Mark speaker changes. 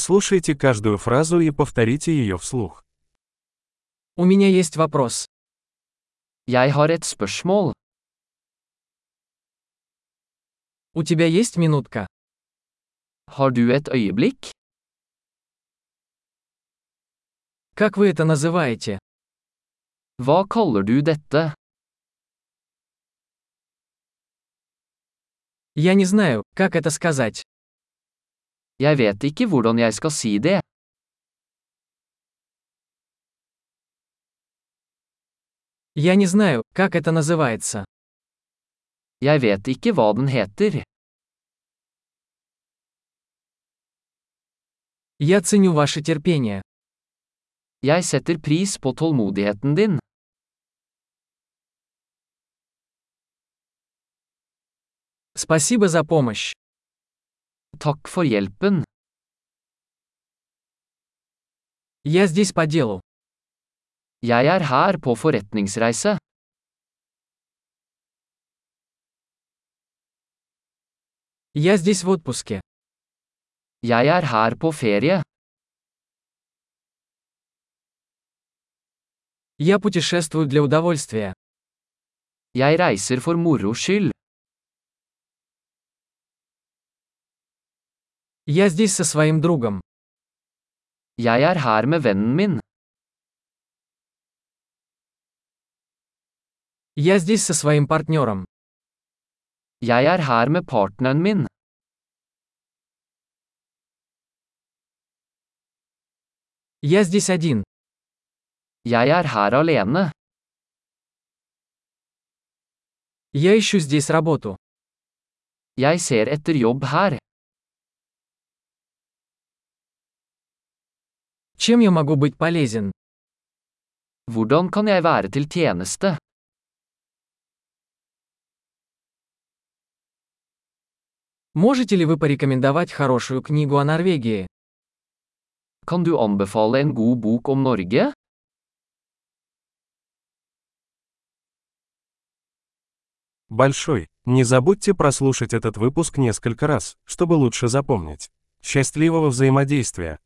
Speaker 1: Прослушайте каждую фразу и повторите ее вслух.
Speaker 2: У меня есть вопрос.
Speaker 3: Jeg har et spørsmål.
Speaker 2: У тебя есть минутка?
Speaker 3: Har du et øyeblikk?
Speaker 2: Как вы это называете?
Speaker 3: Hva kaller du dette?
Speaker 2: Я не знаю, как это сказать.
Speaker 3: Jeg vet ikke hvordan jeg skal si det.
Speaker 2: Я не знаю, как это называется.
Speaker 3: Jeg vet ikke hva den heter.
Speaker 2: Я ценю ваше терпение.
Speaker 3: Jeg setter pris på tålmodigheten din.
Speaker 2: Спасибо за помощь.
Speaker 3: Takk for hjelpen.
Speaker 2: Я здесь по делу.
Speaker 3: Jeg er her på forretningsreise.
Speaker 2: Я здесь в отпуске.
Speaker 3: Jeg er her på ferie.
Speaker 2: Я путешествую для удовольствия.
Speaker 3: Jeg reiser for moro skyld.
Speaker 2: Я здесь со своим другом.
Speaker 3: Jeg er her med vennen min.
Speaker 2: Я здесь со своим партнером.
Speaker 3: Jeg er her med partneren min.
Speaker 2: Я здесь один.
Speaker 3: Jeg er her alene.
Speaker 2: Я ищу здесь работу.
Speaker 3: Jeg ser etter jobb her.
Speaker 2: Чем я могу быть полезен?
Speaker 3: Hvordan kan jeg være til tjeneste?
Speaker 2: Можете ли вы порекомендовать хорошую книгу о Норвегии?
Speaker 3: Kan du anbefale en god bok om Norge?
Speaker 1: Большой. Не забудьте прослушать этот выпуск несколько раз, чтобы лучше запомнить. Счастливого взаимодействия!